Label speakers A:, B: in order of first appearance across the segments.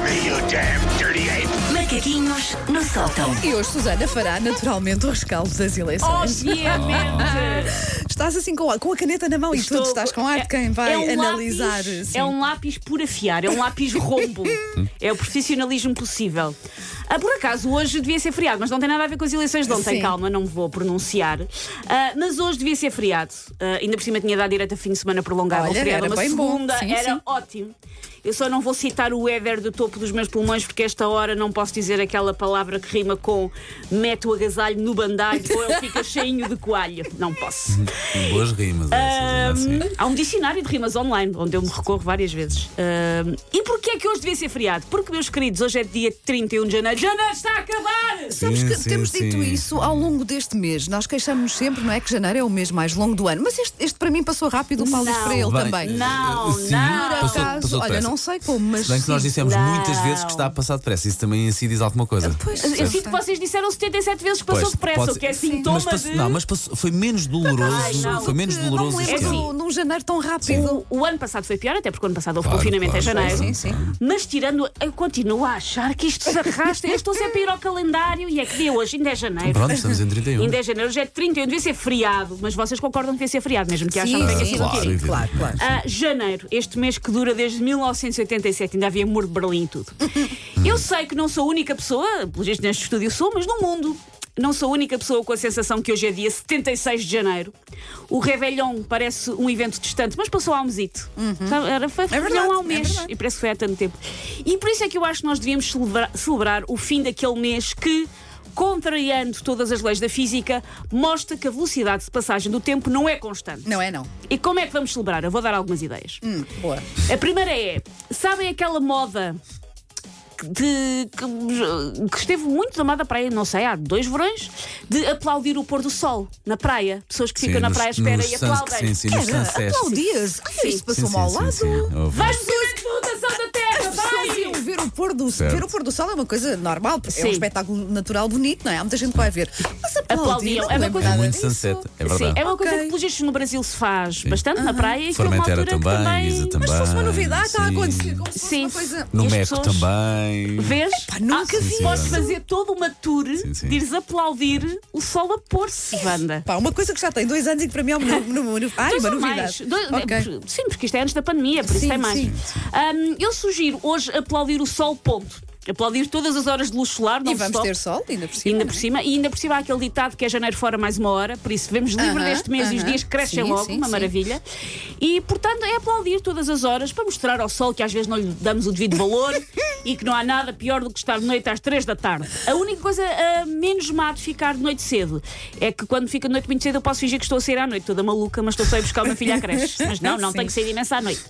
A: Jam 38.
B: Macaquinhos no sótão.
C: E hoje Susana fará naturalmente o rescaldo das eleições.
D: Obviamente!
C: Estás assim com a, com a caneta na mão e tudo, estás com ar de quem vai
D: é um
C: analisar.
D: Lápis,
C: sim.
D: é um lápis por afiar, é um lápis rombo. é o profissionalismo possível. Ah, por acaso, hoje devia ser feriado, mas não tem nada a ver com as eleições de ontem,
C: Sim.
D: calma, não vou pronunciar. Ah, mas hoje devia ser feriado. Ah, ainda por cima tinha dado direito a fim de semana prolongado.
C: Olha,
D: ao feriado,
C: era
D: uma
C: bem bom.
D: segunda,
C: Sim,
D: era
C: sim.
D: ótimo. Eu só não vou citar o éder do topo dos meus pulmões porque esta hora não posso dizer aquela palavra que rima com mete o agasalho no bandalho ou ele fica cheinho de coalho. Não posso.
C: Uhum.
E: Boas rimas, essas,
D: Hum,
E: ainda assim.
D: há um dicionário de rimas online, onde eu me recorro várias vezes. Hum, e porquê é que hoje devia ser feriado? Porque, meus queridos, hoje é dia 31 de janeiro. Janeiro está a acabar!
C: Sabes que
E: Sim, sim,
C: temos dito
E: sim.
C: isso ao longo deste mês. Nós queixamos sempre, não é? Que janeiro é o mês mais longo do ano. Mas este, este para mim passou rápido, o Paulo
D: Não.
C: diz para ele
E: Bem, eh,
C: também.
D: Não,
E: Sim,
D: não.
C: Por
E: Passou,
C: acaso,
E: passou
C: olha,
E: depressa.
C: não sei como, mas.
E: Se bem que nós
C: sim.
E: dissemos
D: Não.
E: muitas vezes que está a passar depressa. Isso também em si diz alguma coisa.
C: Ah, Pois,
D: Eu
C: sim.
D: sinto que vocês disseram 77 vezes que
E: Pois,
D: passou depressa,
E: pode-
D: o que é
E: Sim.
D: sintoma
E: mas passou-
D: de.
E: Não, mas passou- foi menos doloroso.
D: Ai, não,
E: foi menos
C: Porque
E: doloroso
C: Não me
E: este
D: é
E: ano.
C: lembro de um janeiro tão rápido.
D: O, o ano passado foi pior, até porque o ano passado houve
E: Claro,
D: confinamento em
E: claro,
D: janeiro.
E: claro.
C: Sim, sim.
D: Mas tirando, eu continuo a achar que isto se arrasta. Eu estou sempre a ir ao calendário e é que dia hoje, ainda é janeiro.
E: Então Pronto, estamos em 31.
D: Ainda é janeiro, hoje é 31, devia ser feriado, mas vocês concordam que devia ser feriado, mesmo que acham
C: Sim,
D: que tenha
C: sim,
D: sido um
E: claro.
D: bocadinho.
C: sim, claro, claro.
D: Ah, janeiro, este mês que dura desde 1987, ainda havia muro de Berlim e tudo. Eu sei que não sou a única pessoa, pelo jeito neste estúdio sou, mas no mundo. Não sou a única pessoa com a sensação que hoje é dia 76 de janeiro. O Réveillon parece um evento distante, mas passou há um mesito. Sabe, Era, foi
C: verdade,
D: Réveillon há um
C: Uhum. é
D: mês
C: verdade.
D: e parece que foi há tanto tempo. E por isso é que eu acho que nós devíamos celebra- celebrar o fim daquele mês que, contrariando todas as leis da física, mostra que a velocidade de passagem do tempo não é constante.
C: Não é, não.
D: E como é que vamos celebrar? Eu vou dar algumas ideias.
C: Hum, boa.
D: A primeira é: sabem aquela moda que- de, que, que esteve muito na moda praia, não sei, há dois verões, de aplaudir o pôr do sol na praia? Pessoas que
E: Sim,
D: ficam na
E: nos-
D: praia à espera
E: nos
D: e
E: suns-
D: aplaudem.
E: Sim, sim, nos
C: Era,
E: sunsets.
C: aplaudias. Ah, Ai, isto
E: Sim,
C: passou-me
E: sim,
C: ao
E: sim, É
C: lado.
E: sim, houve.
D: Vais fazer a votação da terra,
C: Pessoas
D: vai!
C: iam ver o pôr do sol.
E: Certo.
C: Ver o pôr do sol é uma coisa normal, é um
D: Sim.
C: espetáculo natural bonito, não é? Há muita gente que vai ver. Mas aplaudir,
D: Aplaudiam.
C: não
D: É uma
C: lembro
D: coisa-
C: nada
E: Muito
C: disso.
E: sunset, é
D: Sim,
E: verdade.
D: é uma coisa
C: Ok.
D: que, pelos gestos, no Brasil se faz bastante na praia e que é uma
E: Formentera
D: altura
E: também,
D: que também.
E: Isa também.
C: Mas se fosse uma novidade,
D: tá
C: está a
E: sim.
C: acontecer como se fosse
D: Sim.
C: uma coisa.
E: No
D: E as
E: Meco
D: pessoas-
E: também.
D: Vês? ah,
C: nunca vi
D: Podes
E: isso.
D: fazer toda uma tour
E: Sim, sim.
D: de ires aplaudir o sol a pôr-se, Wanda.
C: Pá, uma coisa que já tem dois anos e que para mim é uma, no, no, no, ai,
D: Dois
C: uma
D: ou Então mais.
C: novidade.
D: Dois-
C: Ok.
D: é, por- Sim, porque isto é antes da pandemia, por isso
C: Sim,
D: tem mais.
C: sim.
D: Ahm, eu sugiro hoje aplaudir o sol, ponto. Aplaudir todas as horas de luz solar, não
C: E vamos
D: stop.
C: ter sol, ainda por cima.
D: Ainda
C: não
D: por
C: é?
D: cima, e ainda por cima há aquele ditado que é janeiro fora mais uma hora, por isso vemos livre
C: Aham,
D: deste mês e os
C: aham.
D: dias crescem
C: Sim,
D: logo,
C: sim,
D: uma
C: sim.
D: maravilha. E portanto é aplaudir todas as horas para mostrar ao sol que às vezes não lhe damos o devido valor e que não há nada pior do que estar de noite às três da tarde. A única coisa ah, menos má de ficar de noite cedo é que quando fica de noite muito cedo eu posso fingir que estou a sair à noite toda maluca, mas estou só a ir buscar uma filha à creche. Mas não, não
C: Sim.
D: tenho que sair imensa à noite.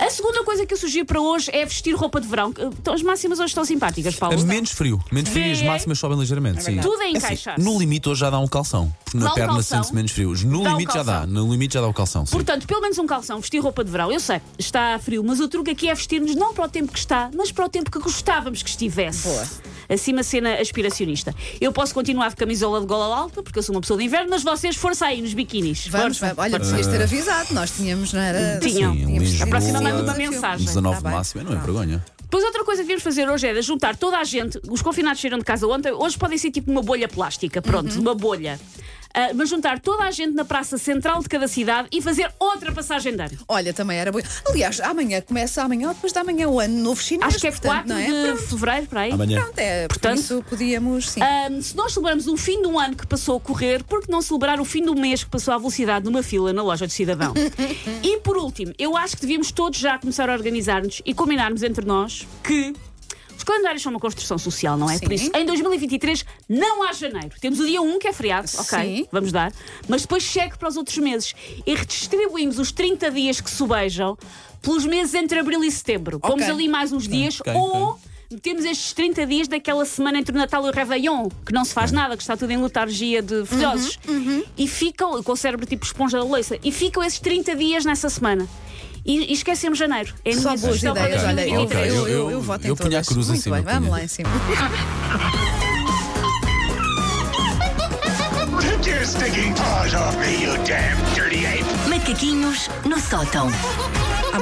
D: A segunda coisa que eu sugiro para hoje é vestir roupa de verão. Então, As máximas hoje estão simpáticas,
E: É
D: Paulo.
E: menos frio, menos frio e as
D: Vê?
E: máximas sobem ligeiramente. sim.
D: Tudo é a
E: Assim,
D: encaixar-se.
E: no limite hoje já dá um calção, porque
D: Dá
E: na
D: um
E: perna
D: calção.
E: sente-se menos frio. No
D: Dá um
E: limite já dá,
D: calção.
E: no limite já dá o calção. Sim.
D: Portanto, pelo menos um calção, vestir roupa de verão. Eu sei, está frio, mas o truque aqui é vestir-nos não para o tempo que está, mas para o tempo que gostávamos que estivesse.
C: Boa.
D: Assim, uma cena aspiracionista. Eu posso continuar de camisola de gola alta, porque eu sou uma pessoa de inverno, mas vocês força aí nos biquinis.
C: Vamos,
D: Força.
C: vamos. Olha, devias ter avisado, nós tínhamos, não era?
D: Tinham.
E: Sim, um
C: Tínhamos-
E: Lisboa,
C: A próxima
D: manda uma
C: desafio.
D: mensagem.
E: 19
C: Tá bem.
E: máximo, não é vergonha.
D: Depois, outra coisa que devíamos fazer hoje era juntar toda a gente. Os confinados saíram de casa ontem, hoje podem ser tipo uma bolha plástica, pronto,
C: Uhum.
D: uma bolha. Ah, mas juntar toda a gente na praça central de cada cidade e fazer outra passagem de ano.
C: Olha, também era boa. Aliás, amanhã começa amanhã ou depois de amanhã o ano novo chinês.
D: Acho que é
C: portanto,
D: 4
C: não é?
D: de
C: Pronto.
D: fevereiro, para aí.
E: Amanhã.
C: Pronto, é,
D: Portanto,
C: por isso podíamos, sim.
D: Ahm, se nós celebramos o fim de um ano que passou a correr, por que não celebrar o fim do mês que passou à velocidade numa fila na loja do cidadão? e por último, eu acho que devíamos todos já começar a organizar-nos e combinarmos entre nós que. Os calendários são uma construção social, não é?
C: Sim.
D: Por isso, em 2023 não há janeiro. Temos o dia 1, que é feriado,
C: Sim.
D: ok, vamos dar. Mas depois chegue para os outros meses e redistribuímos os 30 dias que subejam pelos meses entre abril e setembro. Pomos
C: Ok.
D: ali mais uns dias
E: ok,
D: ou
E: ok.
D: Metemos estes 30 dias daquela semana entre o Natal e o Réveillon, que não se faz nada, que está tudo em letargia
E: Uhum,
D: de filhosos. E ficam, com o cérebro tipo esponja da louça, e ficam esses 30 dias nessa semana. E, e esquecemos janeiro. É a minha
C: Só boas
D: sugestão para
C: ideias, olha, eu, eu,
D: 2023.
C: eu, eu
E: Eu-
C: voto em
E: eu
C: todas.
E: punha a cruz
C: Muito
E: acima,
C: bem,
E: eu
C: vamos
E: punha.
C: lá em cima.
A: Take your stinking paws off me, you damn dirty ape!
B: Macaquinhos no sótão.